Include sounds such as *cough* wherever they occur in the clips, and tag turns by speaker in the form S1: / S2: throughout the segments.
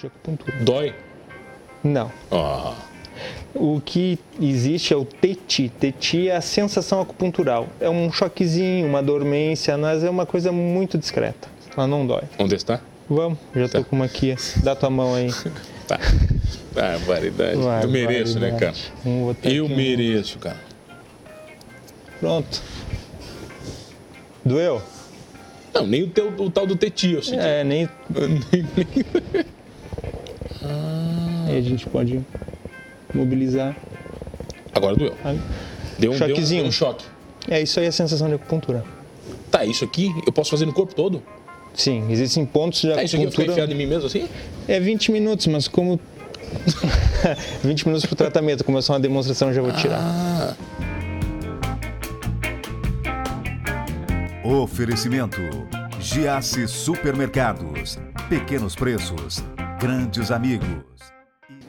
S1: de acupuntura.
S2: Dói?
S1: Não.
S2: Ó.
S1: O que existe é o TETI. TETI é a sensação acupuntural. É um choquezinho, uma dormência, mas é uma coisa muito discreta. Ela não dói.
S2: Onde está?
S1: Vamos, já tô
S2: Tá.
S1: com uma aqui. Dá tua mão aí. *laughs*
S2: Tá. Ah, variedade.
S1: Vai,
S2: Eu mereço, né, cara?
S1: variedade. Um, outro
S2: Eu
S1: aqui, um.
S2: mereço, cara.
S1: Pronto. Doeu?
S2: Não, nem o, teu, o tal do Teti, eu sei.
S1: É,
S2: *laughs*
S1: nem. Aí a gente pode mobilizar.
S2: Agora doeu.
S1: Aí.
S2: Deu um, deu, um-
S1: Choquezinho.
S2: deu um choque.
S1: É isso aí a sensação de acupuntura.
S2: Tá, isso aqui eu posso fazer no corpo todo?
S1: Sim, existem pontos de
S2: Tá, isso aqui eu fico
S1: acupuntura.
S2: enfiado em mim mesmo assim?
S1: É 20 minutos, mas *laughs* como. 20 minutos pro tratamento, como é só uma demonstração, eu já vou tirar.
S3: Oferecimento: Giasse Supermercados. Pequenos preços, grandes amigos.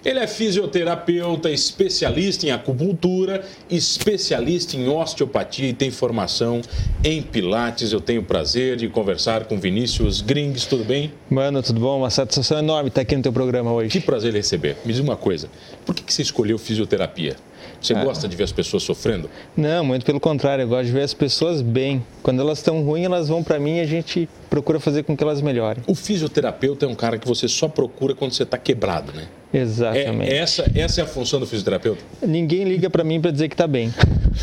S2: Ele é fisioterapeuta, especialista em acupuntura, especialista em osteopatia e tem formação em pilates. Eu tenho o prazer de conversar com Vinícius Grings, tudo bem?
S1: Mano, tudo bom? Uma satisfação enorme estar aqui no teu programa
S2: Que
S1: hoje.
S2: prazer receber. Me diz uma coisa, por que, que você escolheu fisioterapia? Você
S1: É.
S2: gosta de ver as pessoas sofrendo?
S1: Não, muito pelo contrário, eu gosto de ver as pessoas bem. Quando elas estão ruins, elas vão pra mim e a gente procura fazer com que elas melhorem.
S2: O fisioterapeuta é um cara que você só procura quando você está quebrado, né? É,
S1: Exatamente.
S2: essa, essa é a função do fisioterapeuta.
S1: Ninguém liga pra mim pra dizer que tá bem.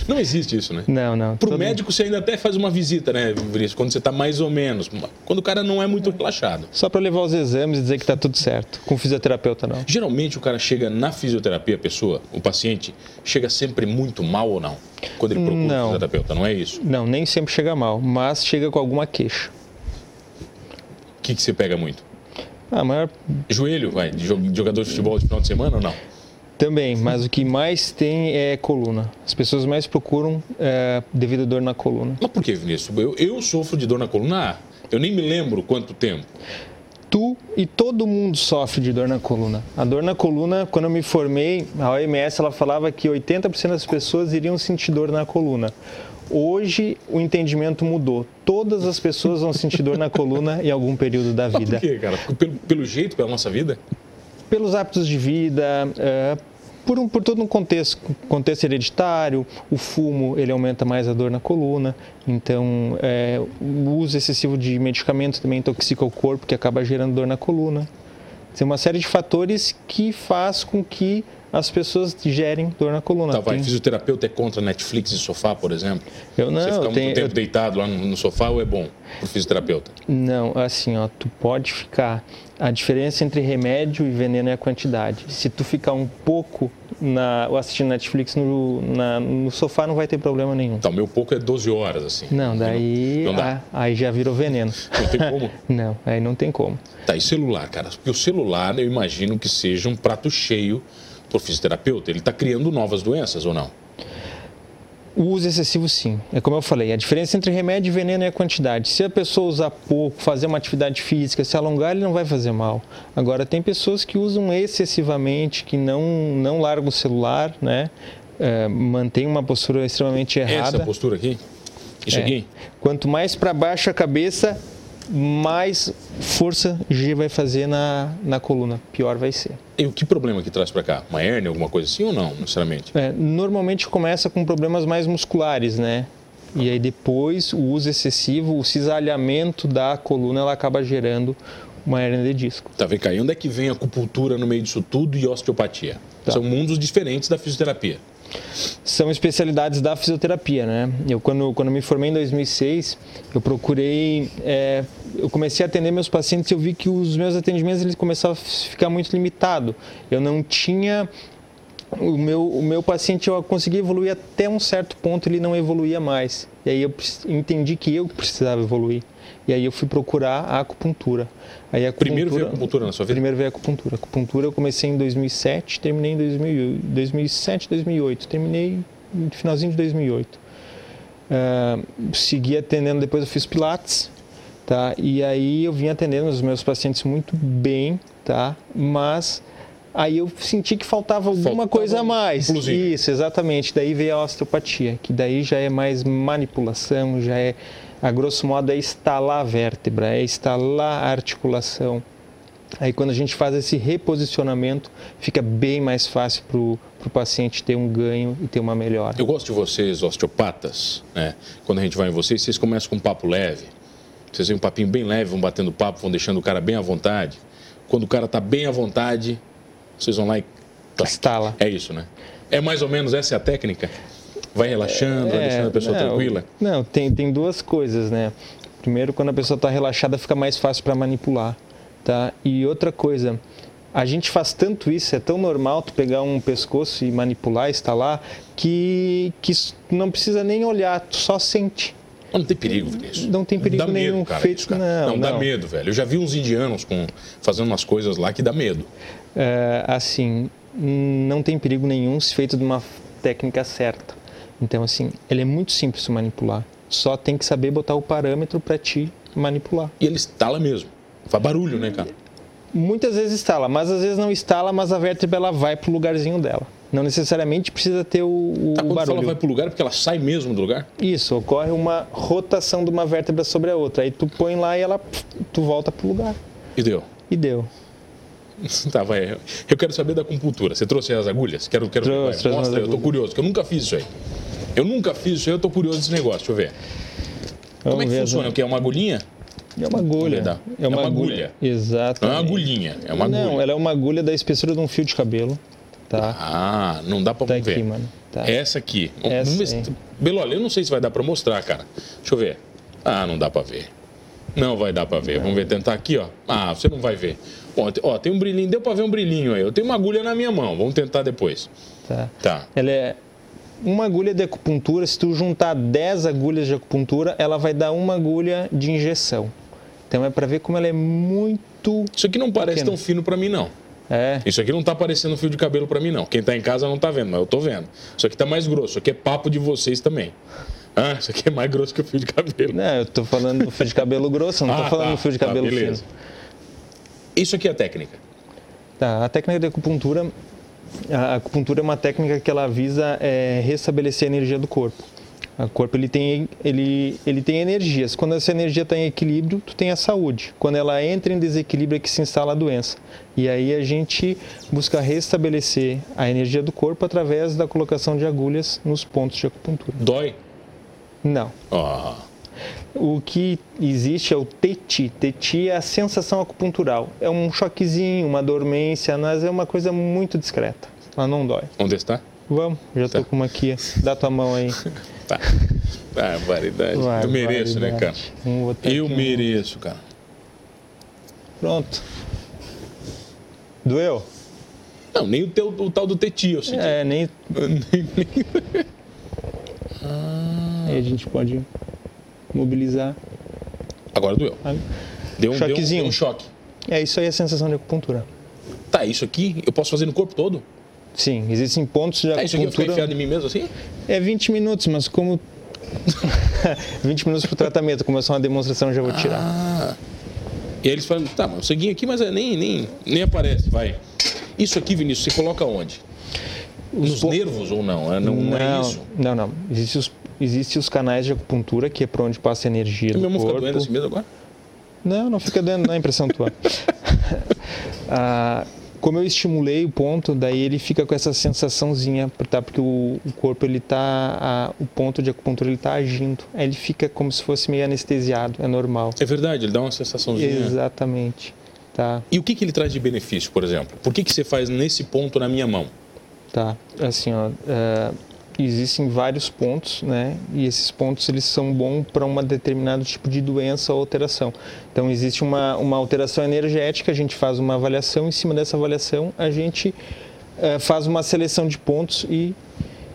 S2: Não existe isso, né?
S1: Não, não.
S2: Pro
S1: Todo-
S2: médico você ainda até faz uma visita, né, Vinícius? Quando você está mais ou menos. Quando o cara não é muito relaxado.
S1: Só pra levar os exames e dizer que tá tudo certo. Com fisioterapeuta, não.
S2: Geralmente o cara chega na fisioterapia, a pessoa, o paciente, chega sempre muito mal ou não? Quando ele procura
S1: Não.
S2: o fisioterapeuta, não é isso?
S1: Não, nem sempre chega mal, mas chega com alguma queixa.
S2: O que, que você pega muito?
S1: A maior
S2: Joelho, vai, de jo- de jogador de futebol de final de semana ou não?
S1: Também, mas o que mais tem é coluna. As pessoas mais procuram é, devido à dor na coluna.
S2: Mas por que, Vinícius? Eu, eu sofro de dor na coluna. Ah, eu nem me lembro quanto tempo.
S1: Tu e todo mundo sofre de dor na coluna. A dor na coluna, quando eu me formei, a OMS ela falava que 80% das pessoas iriam sentir dor na coluna. Hoje o entendimento mudou. Todas as pessoas vão sentir dor na coluna em algum período da
S2: Mas *laughs*
S1: vida.
S2: por quê, cara? Pelo, pelo jeito, pela nossa vida?
S1: pelos hábitos de vida, é, por, um, por todo um contexto, contexto hereditário, o fumo ele aumenta mais a dor na coluna, então é, o uso excessivo de medicamento também intoxica o corpo, que acaba gerando dor na coluna. Tem uma série de fatores que faz com que as pessoas gerem dor na coluna.
S2: Tá, vai,
S1: Ah, Tem-
S2: fisioterapeuta é contra Netflix e sofá, por exemplo?
S1: Eu não,
S2: Você fica muito
S1: tem-
S2: tempo
S1: eu-
S2: deitado lá no, no sofá ou é bom pro fisioterapeuta?
S1: Não, assim, ó, tu pode ficar. A diferença entre remédio e veneno é a quantidade. Se tu ficar um pouco na, ou assistindo Netflix no, na- no sofá, não vai ter problema nenhum.
S2: Tá, o meu pouco é 12 horas, assim.
S1: Não, daí
S2: Não dá.
S1: ah, aí já virou veneno.
S2: Não tem como.
S1: Não, aí não tem como.
S2: Tá, e celular, cara? Porque o celular, eu imagino que seja um prato cheio por fisioterapeuta. Ele tá criando novas doenças ou não?
S1: O uso excessivo, sim. É como eu falei, a diferença entre remédio e veneno é a quantidade. Se a pessoa usar pouco, fazer uma atividade física, se alongar, ele não vai fazer mal. Agora, tem pessoas que usam excessivamente, que não, não largam o celular, né? É, mantém uma postura extremamente errada.
S2: Essa é postura aqui? Isso
S1: É.
S2: aqui?
S1: Quanto mais para baixo a cabeça, mais força G vai fazer na, na coluna. Pior vai ser.
S2: E o que problema que traz pra cá? Uma hérnia, alguma coisa assim ou não, necessariamente?
S1: É, normalmente começa com problemas mais musculares, né? E aí depois o uso excessivo, o cisalhamento da coluna, ela acaba gerando uma hernia de disco.
S2: Tá, vem cá. E onde é que vem a acupuntura no meio disso tudo e osteopatia?
S1: Tá.
S2: São mundos diferentes da fisioterapia.
S1: São especialidades da fisioterapia, né? Eu quando quando me formei em 2006, eu procurei, é, eu comecei a atender meus pacientes, e eu vi que os meus atendimentos eles começavam a ficar muito limitado. Eu não tinha o meu, o meu paciente eu consegui evoluir até um certo ponto, ele não evoluía mais. E aí eu precis- entendi que eu precisava evoluir. E aí eu fui procurar a acupuntura. Aí a
S2: Primeiro veio a
S1: acupuntura-
S2: acupuntura na sua vida?
S1: Primeiro veio a acupuntura. A acupuntura eu comecei em 2007, terminei em 2000, 2007, 2008. Terminei no finalzinho de 2008. Ah, segui atendendo, depois eu fiz pilates, tá? E aí eu vim atendendo os meus pacientes muito bem, tá? Mas aí eu senti que faltava alguma
S2: Faltava
S1: coisa a mais.
S2: um plus-inho.
S1: Isso, exatamente. Daí veio a osteopatia, que daí já é mais manipulação, já é, a grosso modo, é estalar a vértebra, é estalar a articulação. Aí quando a gente faz esse reposicionamento, fica bem mais fácil para o paciente ter um ganho e ter uma melhora.
S2: Eu gosto de vocês, osteopatas, né? Quando a gente vai em vocês, vocês começam com um papo leve. Vocês têm um papinho bem leve, vão batendo papo, vão deixando o cara bem à vontade. Quando o cara tá bem à vontade, vocês vão lá e...
S1: Tá.
S2: clac.
S1: Estala.
S2: É isso, né? É mais ou menos essa é a técnica? Vai relaxando, vai
S1: É,
S2: deixando a pessoa
S1: não,
S2: tranquila?
S1: Não, tem, tem duas coisas, né? Primeiro, quando a pessoa está relaxada, fica mais fácil para manipular, tá? E outra coisa, a gente faz tanto isso, é tão normal tu pegar um pescoço e manipular, instalar, que, que isso não precisa nem olhar, tu só sente.
S2: Não tem perigo, Vinícius.
S1: Não tem perigo
S2: dá medo,
S1: nenhum,
S2: Cara,
S1: feito-
S2: isso, cara.
S1: não,
S2: dá
S1: não.
S2: medo, velho. Eu já vi uns indianos com, fazendo umas coisas lá que dá medo.
S1: É, assim, não tem perigo nenhum se feito de uma técnica certa. Então, assim, ele é muito simples de manipular. Só tem que saber botar o parâmetro para te manipular.
S2: E ele estala mesmo. Faz barulho, né,
S1: Um
S2: cara?
S1: Muitas vezes instala, mas às vezes não instala, mas a vértebra ela vai pro lugarzinho dela. Não necessariamente precisa ter o, o
S2: Tá, quando
S1: barulho.
S2: ela vai pro lugar, é porque ela sai mesmo do lugar.
S1: Isso, ocorre uma rotação de uma vértebra sobre a outra. Aí tu põe lá e ela pf, tu volta pro lugar.
S2: E deu. *laughs*
S1: E deu.
S2: Tá, vai. Eu quero saber da acupuntura. Você trouxe as agulhas? Quero, quero
S1: Trouxe,
S2: vai,
S1: trouxe
S2: Mostra,
S1: umas
S2: eu tô
S1: agulhas.
S2: curioso, que eu nunca fiz isso aí. Eu nunca fiz isso aí, eu tô curioso desse negócio. Deixa eu ver. Como
S1: Vamos
S2: é que
S1: ver,
S2: funciona? O que? É uma agulhinha?
S1: né? É uma agulha.
S2: Vamos ver, dá.
S1: É uma, agulha. Exato.
S2: Não é uma agulhinha, é uma
S1: Não,
S2: agulha.
S1: ela é uma agulha da espessura de um fio de cabelo. Tá?
S2: Ah, não dá pra
S1: Tá
S2: ver. É.
S1: aqui, mano. Tá.
S2: Essa aqui.
S1: Essa
S2: Vamos ver se...
S1: aí.
S2: Belo, olha, eu não sei se vai dar pra mostrar, cara. Deixa eu ver. Ah, não dá pra ver. Não vai dar pra ver. Vamos ver, tentar aqui, ó. Ah, você não vai ver. Ó, te- ó, tem um brilhinho. Deu pra ver um brilhinho aí. Eu tenho uma agulha na minha mão. Vamos tentar depois.
S1: tá.
S2: Tá.
S1: Ela é uma agulha de acupuntura, se tu juntar 10 agulhas de acupuntura, ela vai dar uma agulha de injeção. Então é para ver como ela é muito
S2: Isso aqui não parece
S1: Pequeno.
S2: tão fino pra mim, não.
S1: é,
S2: Isso aqui não tá parecendo um fio de cabelo pra mim, não. Quem tá em casa não tá vendo, mas eu tô vendo. Isso aqui tá mais grosso. Isso aqui é papo de vocês também. Ah, isso aqui é mais grosso que o fio de cabelo.
S1: não, eu tô falando do fio de cabelo grosso, não
S2: Ah,
S1: tô falando
S2: tá,
S1: do fio de
S2: tá,
S1: cabelo
S2: beleza.
S1: fino.
S2: Isso aqui é a técnica.
S1: Tá, a técnica de acupuntura, a acupuntura é uma técnica que ela visa é, restabelecer a energia do corpo. O corpo ele tem, ele, ele tem energias. Quando essa energia está em equilíbrio, tu tem a saúde. Quando ela entra em desequilíbrio é que se instala a doença. E aí a gente busca restabelecer a energia do corpo através da colocação de agulhas nos pontos de acupuntura.
S2: Dói?
S1: Não.
S2: Ó.
S1: O que existe é o TETI. TETI é a sensação acupuntural. É um choquezinho, uma dormência, mas é uma coisa muito discreta. Ela não dói.
S2: Onde está?
S1: Vamos, já
S2: Tá.
S1: tô com uma aqui. Dá tua mão
S2: *laughs*
S1: aí.
S2: Tá. Ah, variedade.
S1: Vai,
S2: eu mereço, né, cara?
S1: barbaridade. Vamos botar
S2: Eu
S1: aqui.
S2: mereço, cara.
S1: Pronto. Doeu?
S2: Não, nem o, teu, o tal do Teti, eu senti.
S1: É,
S2: *laughs*
S1: nem. Aí a gente pode mobilizar.
S2: Agora doeu.
S1: sabe?
S2: Deu um, deu, um-
S1: Choquezinho.
S2: deu um choque.
S1: É isso aí, a sensação de acupuntura.
S2: Tá, isso aqui eu posso fazer no corpo todo?
S1: Sim, existem pontos de
S2: É, isso aqui eu ficar
S1: acupuntura.
S2: enfiado em mim mesmo assim?
S1: É 20 minutos, mas como. *laughs* 20 minutos pro tratamento, como é só uma demonstração, eu já vou tirar.
S2: Ah. E aí eles falam, tá, mas o ceguinho aqui, mas é, nem, nem, nem aparece, vai. Isso aqui, Vinícius, você coloca onde? Nos
S1: po-
S2: nervos ou não? É, não, não é isso?
S1: não, não. Existem os, existe os canais de acupuntura, que é pra onde passa a energia
S2: Minha
S1: do
S2: mão fica
S1: corpo.
S2: doendo assim mesmo agora?
S1: Não, não fica doendo, não é impressão
S2: *laughs*
S1: tua. *laughs* Ah, como eu estimulei o ponto, daí ele fica com essa sensaçãozinha, tá? porque o, o corpo, ele tá, a- o ponto de acupuntura, ele tá agindo. Aí ele fica como se fosse meio anestesiado, é normal.
S2: É verdade, ele dá uma sensaçãozinha.
S1: Exatamente, tá?
S2: E o que, que ele traz de benefício, por exemplo? Por que, que você faz nesse ponto na minha mão?
S1: Tá, assim, ó, é, existem vários pontos, né? E esses pontos eles são bons para um determinado tipo de doença ou alteração. Então existe uma, uma alteração energética, a gente faz uma avaliação, em cima dessa avaliação a gente é, faz uma seleção de pontos e,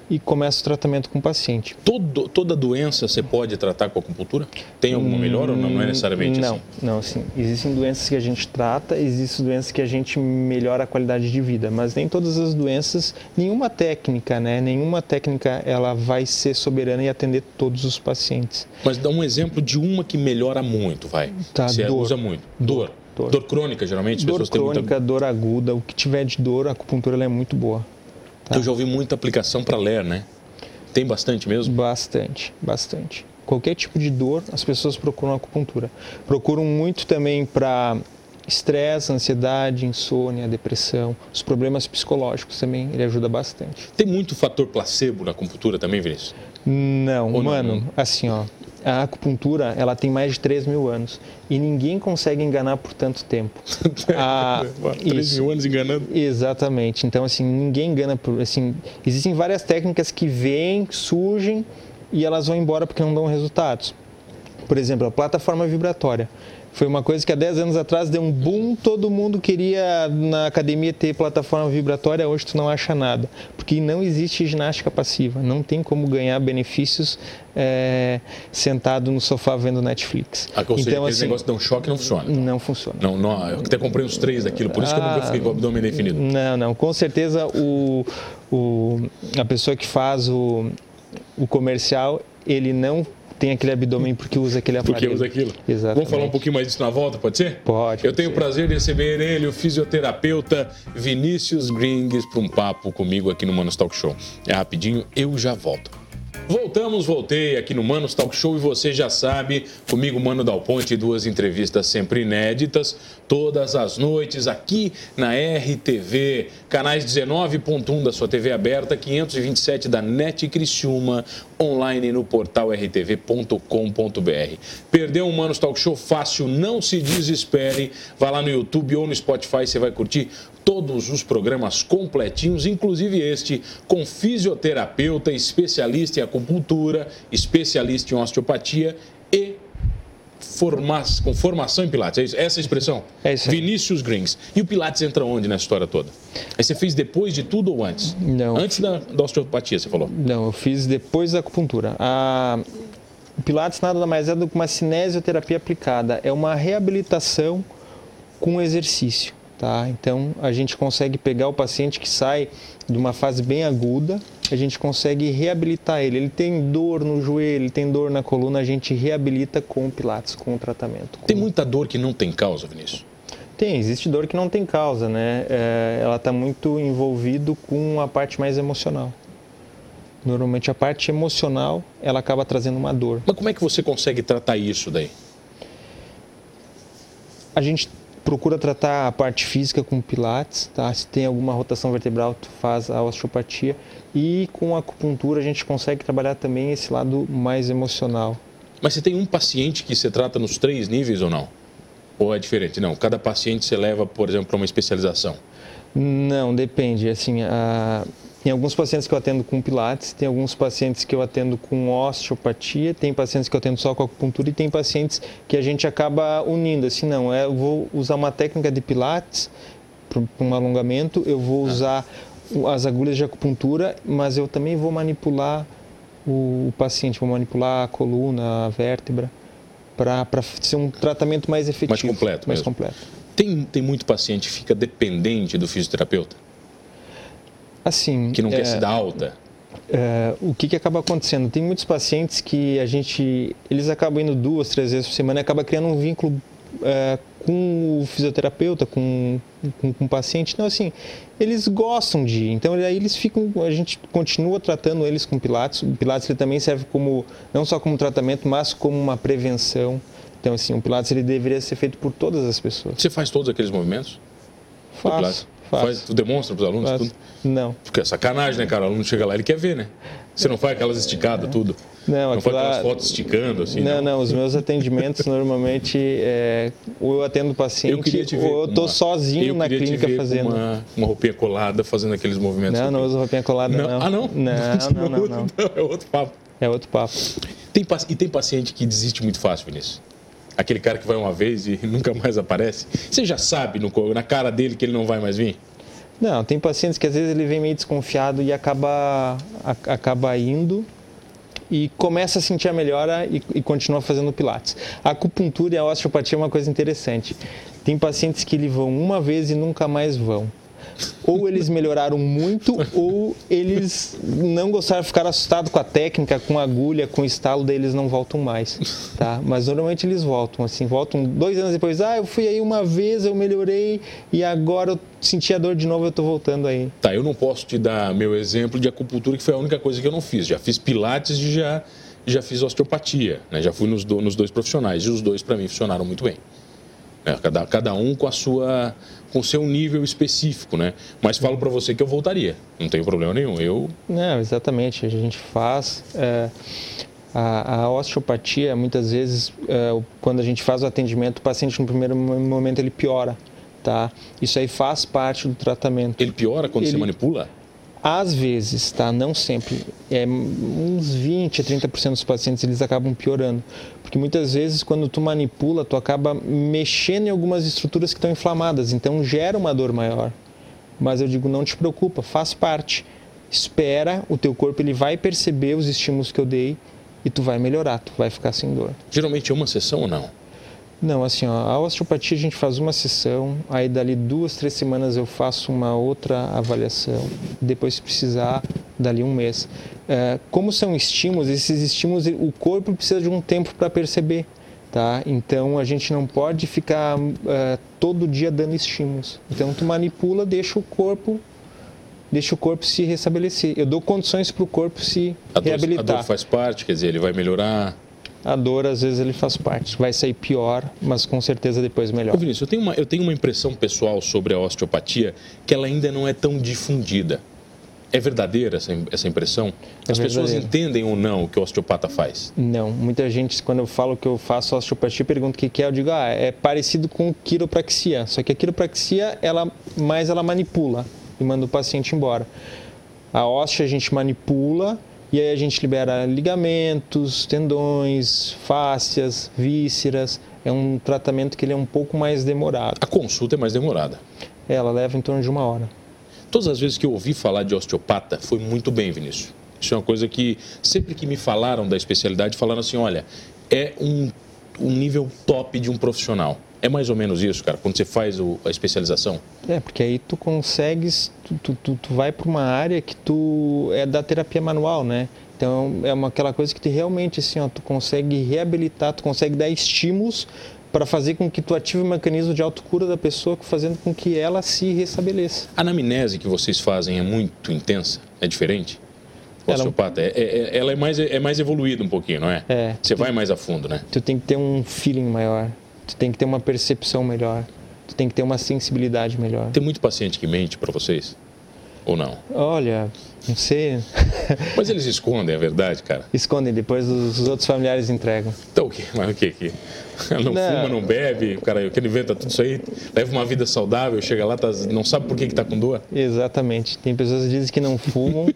S1: e começa o tratamento com o paciente.
S2: Todo, toda doença você pode tratar com acupuntura? Tem alguma melhor ou não, não é necessariamente
S1: Hum, não,
S2: assim?
S1: Não, assim, existem doenças que a gente trata, existem doenças que a gente melhora a qualidade de vida, mas nem todas as doenças, nenhuma técnica, né? Nenhuma técnica ela vai ser soberana e atender todos os pacientes.
S2: Mas dá um exemplo de uma que melhora muito, vai.
S1: Tá,
S2: você
S1: dor.
S2: usa muito. Dor. Dor,
S1: Dor.
S2: crônica, geralmente. as
S1: Dor
S2: pessoas têm
S1: crônica,
S2: muita...
S1: dor aguda, o que tiver de dor, a acupuntura ela é muito boa. tá.
S2: Eu já ouvi muita aplicação para ler, né? Tem bastante mesmo?
S1: Bastante, bastante. Qualquer tipo de dor, as pessoas procuram acupuntura. Procuram muito também para estresse, ansiedade, insônia, depressão, os problemas psicológicos também, ele ajuda bastante.
S2: Tem muito fator placebo na acupuntura também, Vinícius?
S1: Não,
S2: Ou não?
S1: mano, assim, ó. A acupuntura, ela tem mais de 3 mil anos e ninguém consegue enganar por tanto tempo. *laughs* Ah,
S2: Três
S1: isso.
S2: mil anos enganando.
S1: Exatamente. Então, assim, ninguém engana por. Assim, existem várias técnicas que vêm, surgem e elas vão embora porque não dão resultados. Por exemplo, a plataforma vibratória. Foi uma coisa que há 10 anos atrás deu um boom, todo mundo queria na academia ter plataforma vibratória, hoje tu não acha nada. Porque não existe ginástica passiva, não tem como ganhar benefícios eh, sentado no sofá vendo Netflix. Então, assim,
S2: Ah, que, ou seja, esse negócio dá um choque não funciona.
S1: não funciona.
S2: Não, não, eu até comprei uns três daquilo, por isso que eu nunca
S1: Hum. Ah.
S2: fiquei com o abdômen definido.
S1: Não, não. Com certeza o, o, a pessoa que faz o, o comercial, ele não tem aquele abdômen porque usa aquele
S2: Porque
S1: aparelho.
S2: usa aquilo.
S1: Exatamente.
S2: Vamos falar um pouquinho mais disso na volta, pode ser?
S1: Pode,
S2: Eu
S1: pode
S2: tenho o
S1: ser.
S2: prazer de receber ele, o fisioterapeuta Vinícius Gringues, para um papo comigo aqui no Manos Talk Show. É rapidinho, eu já volto. Voltamos, voltei aqui no Manos Talk Show e você já sabe, comigo, Mano Dal Ponte, duas entrevistas sempre inéditas, todas as noites aqui na RTV, canais 19.1 da sua TV aberta, 527 da NET Criciúma, online no portal rtv.com.br. Perdeu um Manos Talk Show fácil, não se desespere, vai lá no YouTube ou no Spotify, você vai curtir todos os programas completinhos, inclusive este com fisioterapeuta, especialista em acupuntura, especialista em osteopatia e forma- com formação em Pilates. É isso? Essa é a expressão?
S1: É isso aí.
S2: Vinícius Grings. E o Pilates entra onde nessa história toda? Aí você fez depois de tudo ou antes?
S1: Não.
S2: Antes da, da osteopatia, você falou.
S1: Não, eu fiz depois da acupuntura. A o Pilates nada mais é do que uma cinesioterapia aplicada. É uma reabilitação com exercício, tá? Então, a gente consegue pegar o paciente que sai de uma fase bem aguda, a gente consegue reabilitar ele. Ele tem dor no joelho, ele tem dor na coluna, a gente reabilita com o Pilates, com o tratamento. com-
S2: Tem muita dor que não tem causa, Vinícius.
S1: Tem, existe dor que não tem causa, né? É, ela está muito envolvido com a parte mais emocional. Normalmente a parte emocional, ela acaba trazendo uma dor.
S2: Mas como é que você consegue tratar isso daí?
S1: A gente procura tratar a parte física com pilates, tá? Se tem alguma rotação vertebral, tu faz a osteopatia. E com a acupuntura a gente consegue trabalhar também esse lado mais emocional.
S2: Mas você tem um paciente que você trata nos três níveis ou não? Ou é diferente? Não, cada paciente você leva, por exemplo, para uma especialização.
S1: Não, depende. Assim, a- tem alguns pacientes que eu atendo com pilates, tem alguns pacientes que eu atendo com osteopatia, tem pacientes que eu atendo só com acupuntura e tem pacientes que a gente acaba unindo. Assim, não, é, eu vou usar uma técnica de pilates para um alongamento, eu vou
S2: Tá.
S1: usar o- as agulhas de acupuntura, mas eu também vou manipular o, o paciente, vou manipular a coluna, a vértebra, para ser um tratamento mais efetivo.
S2: completo
S1: Mais
S2: mesmo.
S1: completo.
S2: Tem, tem muito paciente que fica dependente do fisioterapeuta,
S1: Assim,
S2: que não
S1: é,
S2: quer se dar alta.
S1: É, o que, que acaba acontecendo? Tem muitos pacientes que a gente, eles acabam indo duas, três vezes por semana e acaba criando um vínculo é, com o fisioterapeuta, com, com, com o paciente. Então, assim, eles gostam de ir. Então, aí eles ficam, a gente continua tratando eles com pilates. O pilates ele também serve como, não só como tratamento, mas como uma prevenção. Então, assim, o pilates ele deveria ser feito por todas as pessoas.
S2: Você faz todos aqueles movimentos? do Pilates?
S1: Faço,
S2: Faz,
S1: faço,
S2: tu demonstra para os alunos
S1: faço.
S2: tudo?
S1: Não.
S2: Porque é sacanagem, né, cara? O aluno chega lá, ele quer ver, né? Você não faz aquelas esticadas, tudo.
S1: Não,
S2: não faz
S1: aquela-
S2: aquelas fotos esticando, assim.
S1: Não, não, os meus atendimentos normalmente é, ou eu atendo o paciente
S2: Eu queria te ver.
S1: ou eu tô
S2: com uma-
S1: sozinho
S2: eu
S1: na
S2: queria te
S1: clínica
S2: ver com
S1: fazendo.
S2: Uma, uma roupinha colada fazendo aqueles movimentos.
S1: Não, não uso roupinha colada, não.
S2: Ah, *laughs* não?
S1: Não, não, não, não.
S2: É outro papo.
S1: É outro papo.
S2: Tem paci- e tem paciente que desiste muito fácil, Vinícius. Aquele cara que vai uma vez e *laughs* nunca mais aparece. Você já sabe no co- na cara dele que ele não vai mais vir?
S1: Não, tem pacientes que às vezes ele vem meio desconfiado e acaba, a- acaba indo e começa a sentir a melhora e, e continua fazendo pilates. A acupuntura e a osteopatia é uma coisa interessante. Tem pacientes que eles vão uma vez e nunca mais vão. Ou eles melhoraram muito, ou eles não gostaram, ficaram assustados com a técnica, com a agulha, com o estalo, daí eles não voltam mais, tá? Mas normalmente eles voltam, assim, voltam dois anos depois, ah, eu fui aí uma vez, eu melhorei, e agora eu senti a dor de novo, eu tô voltando aí.
S2: Tá, eu não posso te dar meu exemplo de acupuntura, que foi a única coisa que eu não fiz. Já fiz pilates e já, já fiz osteopatia. né? Já fui nos, do- nos dois profissionais. E os dois, para mim, funcionaram muito bem. É, cada, cada um com a sua com seu nível específico, né? Mas falo para você que eu voltaria, não tem problema nenhum. Eu
S1: Não, exatamente. A gente faz. é, a, a osteopatia, muitas vezes, é, o- quando a gente faz o atendimento, o paciente no primeiro mo- momento ele piora. Tá? Isso aí faz parte do tratamento.
S2: ele piora quando você
S1: Ele-
S2: manipula.
S1: Às vezes, tá? Não sempre. É, uns 20 a 30% dos pacientes eles acabam piorando. Porque muitas vezes, quando tu manipula, tu acaba mexendo em algumas estruturas que estão inflamadas. Então, gera uma dor maior. Mas eu digo, não te preocupa, faz parte. Espera, o teu corpo ele vai perceber os estímulos que eu dei e tu vai melhorar, tu vai ficar sem dor.
S2: Geralmente é uma sessão ou não?
S1: Não, assim, ó, a osteopatia a gente faz uma sessão, aí dali duas, três semanas eu faço uma outra avaliação, depois se precisar, dali um mês. É, como são estímulos, esses estímulos o corpo precisa de um tempo para perceber, tá? Então a gente não pode ficar é, todo dia dando estímulos. Então tu manipula, deixa o corpo, deixa o corpo se restabelecer. Eu dou condições para o corpo se
S2: A dor, a
S1: reabilitar.
S2: dor faz parte, quer dizer, ele vai melhorar.
S1: A dor, às vezes, ele faz parte. Vai sair pior, mas com certeza depois melhor.
S2: Ô Vinícius, eu tenho, uma, eu tenho uma impressão pessoal sobre a osteopatia que ela ainda não é tão difundida. É verdadeira essa, im- essa impressão?
S1: É
S2: As pessoas
S1: verdadeira.
S2: entendem ou não o que o osteopata faz?
S1: Não, muita gente, quando eu falo que eu faço osteopatia, pergunta o que que é, eu digo, ah, é parecido com quiropraxia. Só que a quiropraxia, ela, mais ela manipula e manda o paciente embora. A óssea a gente manipula e aí a gente libera ligamentos, tendões, fáscias, vísceras. É um tratamento que ele é um pouco mais demorado.
S2: A consulta é mais demorada.
S1: Ela leva em torno de uma hora.
S2: Todas as vezes que eu ouvi falar de osteopata, foi muito bem, Vinícius. Isso é uma coisa que sempre que me falaram da especialidade, falaram assim: olha, é um, um nível top de um profissional. É mais ou menos isso, cara, quando você faz o- a especialização.
S1: É, porque aí tu consegues, tu, tu, tu, tu vai para uma área que tu é da terapia manual, né? Então é uma aquela coisa que tu realmente assim, ó, tu consegue reabilitar, tu consegue dar estímulos para fazer com que tu ative o mecanismo de autocura da pessoa, fazendo com que ela se restabeleça.
S2: A anamnese que vocês fazem é muito intensa? É diferente? O
S1: Ela- um
S2: osteopata, é- é- é- ela é mais, é mais evoluída um pouquinho, não é?
S1: É.
S2: Você vai mais a fundo, né?
S1: Tu tem que ter um feeling maior, tu tem que ter uma percepção melhor, tu tem que ter uma sensibilidade melhor.
S2: Tem muito paciente que mente para vocês? Ou não?
S1: Olha, não sei, *laughs*
S2: Mas eles escondem a verdade, cara.
S1: escondem depois os, os outros familiares entregam.
S2: Então o quê? Mas o quê? que?
S1: Não.
S2: Não, fuma, não bebe, o cara, o que ele inventa tudo isso aí, leva uma vida saudável, chega lá, tá- não sabe por que, que tá com dor?
S1: Exatamente. Tem pessoas que dizem que não
S2: *laughs*
S1: fumam,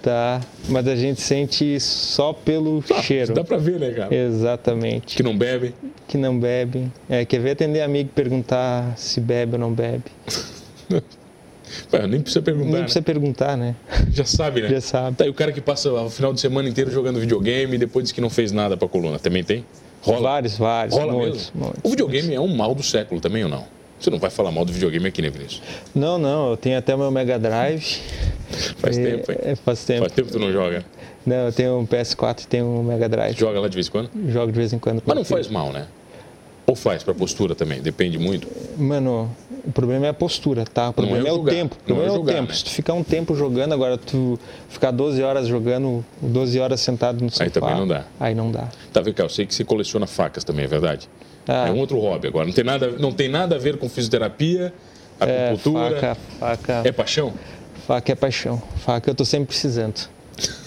S1: tá? Mas a gente sente só pelo cheiro.
S2: Dá pra ver, né,
S1: É.
S2: cara?
S1: Exatamente.
S2: Que não bebe.
S1: Que não bebem. É, quer ver atender amigo e perguntar se bebe ou não bebe.
S2: Ué, nem precisa perguntar,
S1: Nem
S2: né?
S1: precisa perguntar, né?
S2: Já sabe, né?
S1: Já sabe.
S2: Tá aí o cara que passa o final de semana inteiro jogando videogame e depois diz que não fez nada pra coluna. Também tem? Rola.
S1: Vários, vários.
S2: Rola
S1: muitos,
S2: mesmo?
S1: muitos.
S2: O videogame é um mal do século também ou não? Você não vai falar mal do videogame aqui, né, Vinícius?
S1: Não, não. Eu tenho até meu Mega Drive.
S2: Faz
S1: É,
S2: tempo, hein?
S1: é, faz tempo.
S2: Faz tempo que tu não joga.
S1: Não, eu tenho um PS4 e tenho um Mega Drive.
S2: Joga lá de vez em quando.
S1: Jogo de vez em quando. com
S2: Mas não
S1: meu filho.
S2: faz mal, né? Ou faz pra postura também, depende muito.
S1: Mano, o problema é a postura, tá? O problema
S2: é
S1: é, o
S2: jogar,
S1: tempo. O
S2: não é
S1: problema é,
S2: jogar,
S1: o tempo.
S2: né?
S1: Se tu ficar um tempo jogando, agora tu ficar 12 horas jogando, 12 horas sentado no sofá.
S2: também não dá.
S1: Aí não dá.
S2: Tá, vem cá, eu sei que você coleciona facas também, é verdade?
S1: Ah.
S2: É um outro hobby agora. Não tem nada, não tem nada a ver com fisioterapia,
S1: É,
S2: acupuntura.
S1: faca, faca,
S2: É paixão?
S1: faca é paixão. Faca eu tô sempre precisando.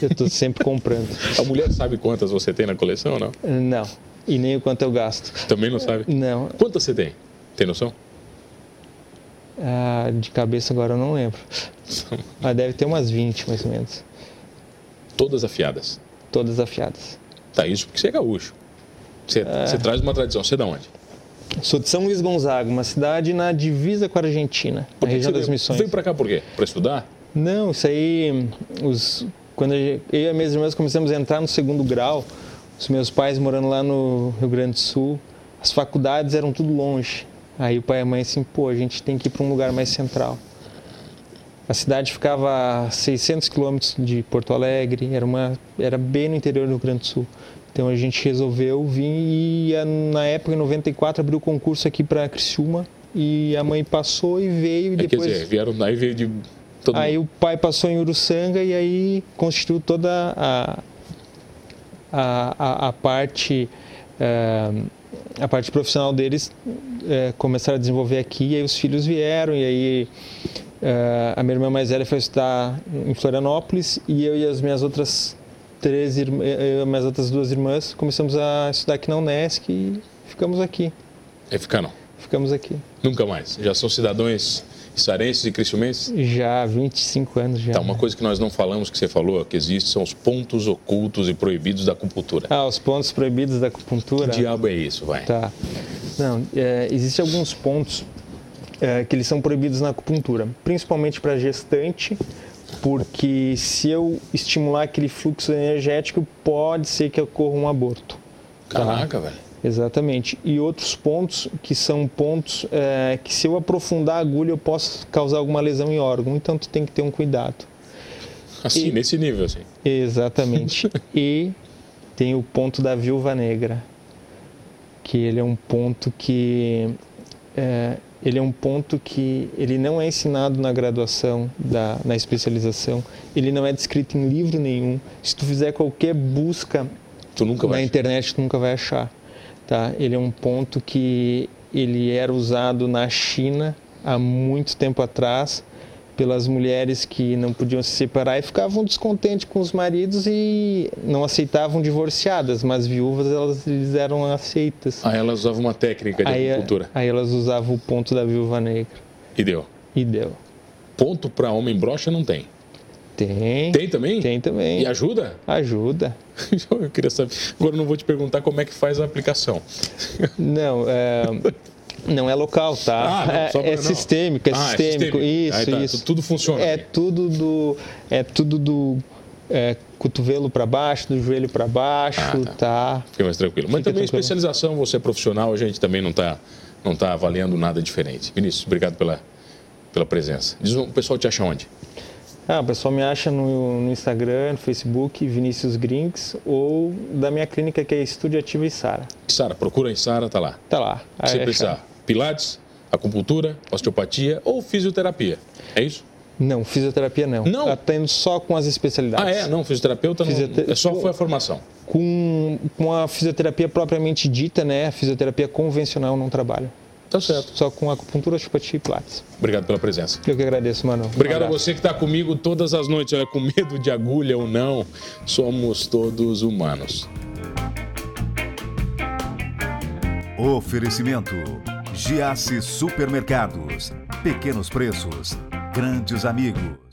S1: Eu tô sempre comprando. *laughs*
S2: A mulher sabe quantas você tem na coleção ou não?
S1: Não. E nem o quanto eu gasto.
S2: Também não sabe?
S1: Não.
S2: Quantas você tem? Tem noção?
S1: Ah, de cabeça agora eu não lembro. Mas deve ter umas 20, mais ou menos.
S2: Todas afiadas.
S1: Todas afiadas.
S2: Tá, isso porque você é gaúcho. Você, você traz uma tradição. Você é da onde?
S1: Sou de São Luís Gonzaga, uma cidade na divisa com a Argentina, na
S2: Por que
S1: região
S2: que você
S1: das
S2: veio-
S1: Missões.
S2: Veio pra cá por quê? Pra estudar?
S1: Não, isso aí, os, quando eu eu e as minhas irmãs começamos a entrar no segundo grau, os meus pais morando lá no Rio Grande do Sul, as faculdades eram tudo longe. Aí o pai e a mãe assim, pô, a gente tem que ir para um lugar mais central. A cidade ficava a 600 quilômetros de Porto Alegre, era, uma, era bem no interior do Rio Grande do Sul. Então a gente resolveu vir e a- na época, em 94, abriu o concurso aqui para Criciúma e a mãe passou e veio e
S2: É,
S1: depois...
S2: Quer dizer, vieram daí veio de. Todo
S1: Aí
S2: mundo.
S1: o pai passou em Uruçanga e aí constituiu toda a, a, a, a parte eh, a parte profissional deles é, começaram a desenvolver aqui, e aí os filhos vieram, e aí é, a minha irmã mais velha foi estudar em Florianópolis, e eu e as minhas outras três irmã- eu e minhas outras duas irmãs começamos a estudar aqui na Unesc e ficamos aqui,
S2: É ficar não.
S1: ficamos aqui.
S2: Nunca mais. Já são cidadãos sarenses e cristiumenses?
S1: Já há 25 anos já. né?
S2: Tá, uma coisa que nós não falamos que você falou, que existe, são os pontos ocultos e proibidos da acupuntura.
S1: Ah, os pontos proibidos da acupuntura.
S2: Que diabo é isso, vai?
S1: Tá. Não, é, existem alguns pontos é, que eles são proibidos na acupuntura, principalmente para gestante, porque se eu estimular aquele fluxo energético, pode ser que ocorra um aborto.
S2: Caraca, velho.
S1: Exatamente. E outros pontos que são pontos é, que se eu aprofundar a agulha eu posso causar alguma lesão em órgão, então tu tem que ter um cuidado.
S2: Assim,
S1: E-
S2: nesse nível, assim.
S1: Exatamente. e tem o ponto da viúva negra, que ele é um ponto que é, ele é um ponto que ele não é ensinado na graduação, da, na especialização, ele não é descrito em livro nenhum. Se tu fizer qualquer busca
S2: Tu nunca
S1: na
S2: vai.
S1: internet tu nunca vai achar, tá? Ele é um ponto que ele era usado na China há muito tempo atrás pelas mulheres que não podiam se separar e ficavam descontentes com os maridos e não aceitavam divorciadas, mas viúvas elas eles eram aceitas.
S2: Aí elas usavam uma técnica de
S1: Aí, é-
S2: acupuntura.
S1: aí elas usavam o ponto da viúva negra
S2: E deu.
S1: e deu.
S2: Ponto pra homem brocha não tem.
S1: Tem,
S2: Tem também?
S1: tem também.
S2: E ajuda? *laughs*
S1: Ajuda.
S2: Eu queria saber. Agora eu não vou te perguntar como é que faz a aplicação.
S1: Não, é, não é local, tá?
S2: Ah, não,
S1: é,
S2: só pra-
S1: é
S2: não.
S1: sistêmico, é
S2: Ah, é
S1: sistêmico.
S2: sistêmico.
S1: Isso,
S2: Aí tá,
S1: isso.
S2: tu- tudo funciona
S1: É
S2: aqui.
S1: tudo do, é tudo do é, cotovelo para baixo, do joelho para baixo,
S2: Ah,
S1: tá.
S2: Fiquei mais tranquilo. Mas
S1: Fica tranquilo.
S2: também especialização, você é profissional, a gente também não está não tá avaliando nada diferente. Vinícius, obrigado pela, pela presença. Diz, um, o pessoal te acha onde?
S1: Ah, o pessoal me acha no, no Instagram, no Facebook, Vinícius Grinks ou da minha clínica que é Estúdio Ativa e Sara.
S2: Sara, procura em Sara, tá lá.
S1: Tá lá.
S2: Se você
S1: Aí achar.
S2: precisar, pilates, acupuntura, osteopatia ou fisioterapia. É isso?
S1: Não, fisioterapia não.
S2: Não?
S1: Atendo só com as especialidades.
S2: Ah, é? Não, fisioterapeuta não.
S1: Fisiotera-
S2: É só foi a formação.
S1: Com, com a fisioterapia propriamente dita, né? A fisioterapia convencional não trabalho.
S2: Tá certo.
S1: Só com acupuntura, chupatia e pilates.
S2: Obrigado pela presença.
S1: Eu que agradeço, mano.
S2: Obrigado
S1: Um
S2: a
S1: abraço.
S2: você que está comigo todas as noites. Olha, com medo de agulha ou não, somos todos humanos.
S3: Oferecimento: Giasse Supermercados. Pequenos preços, grandes amigos.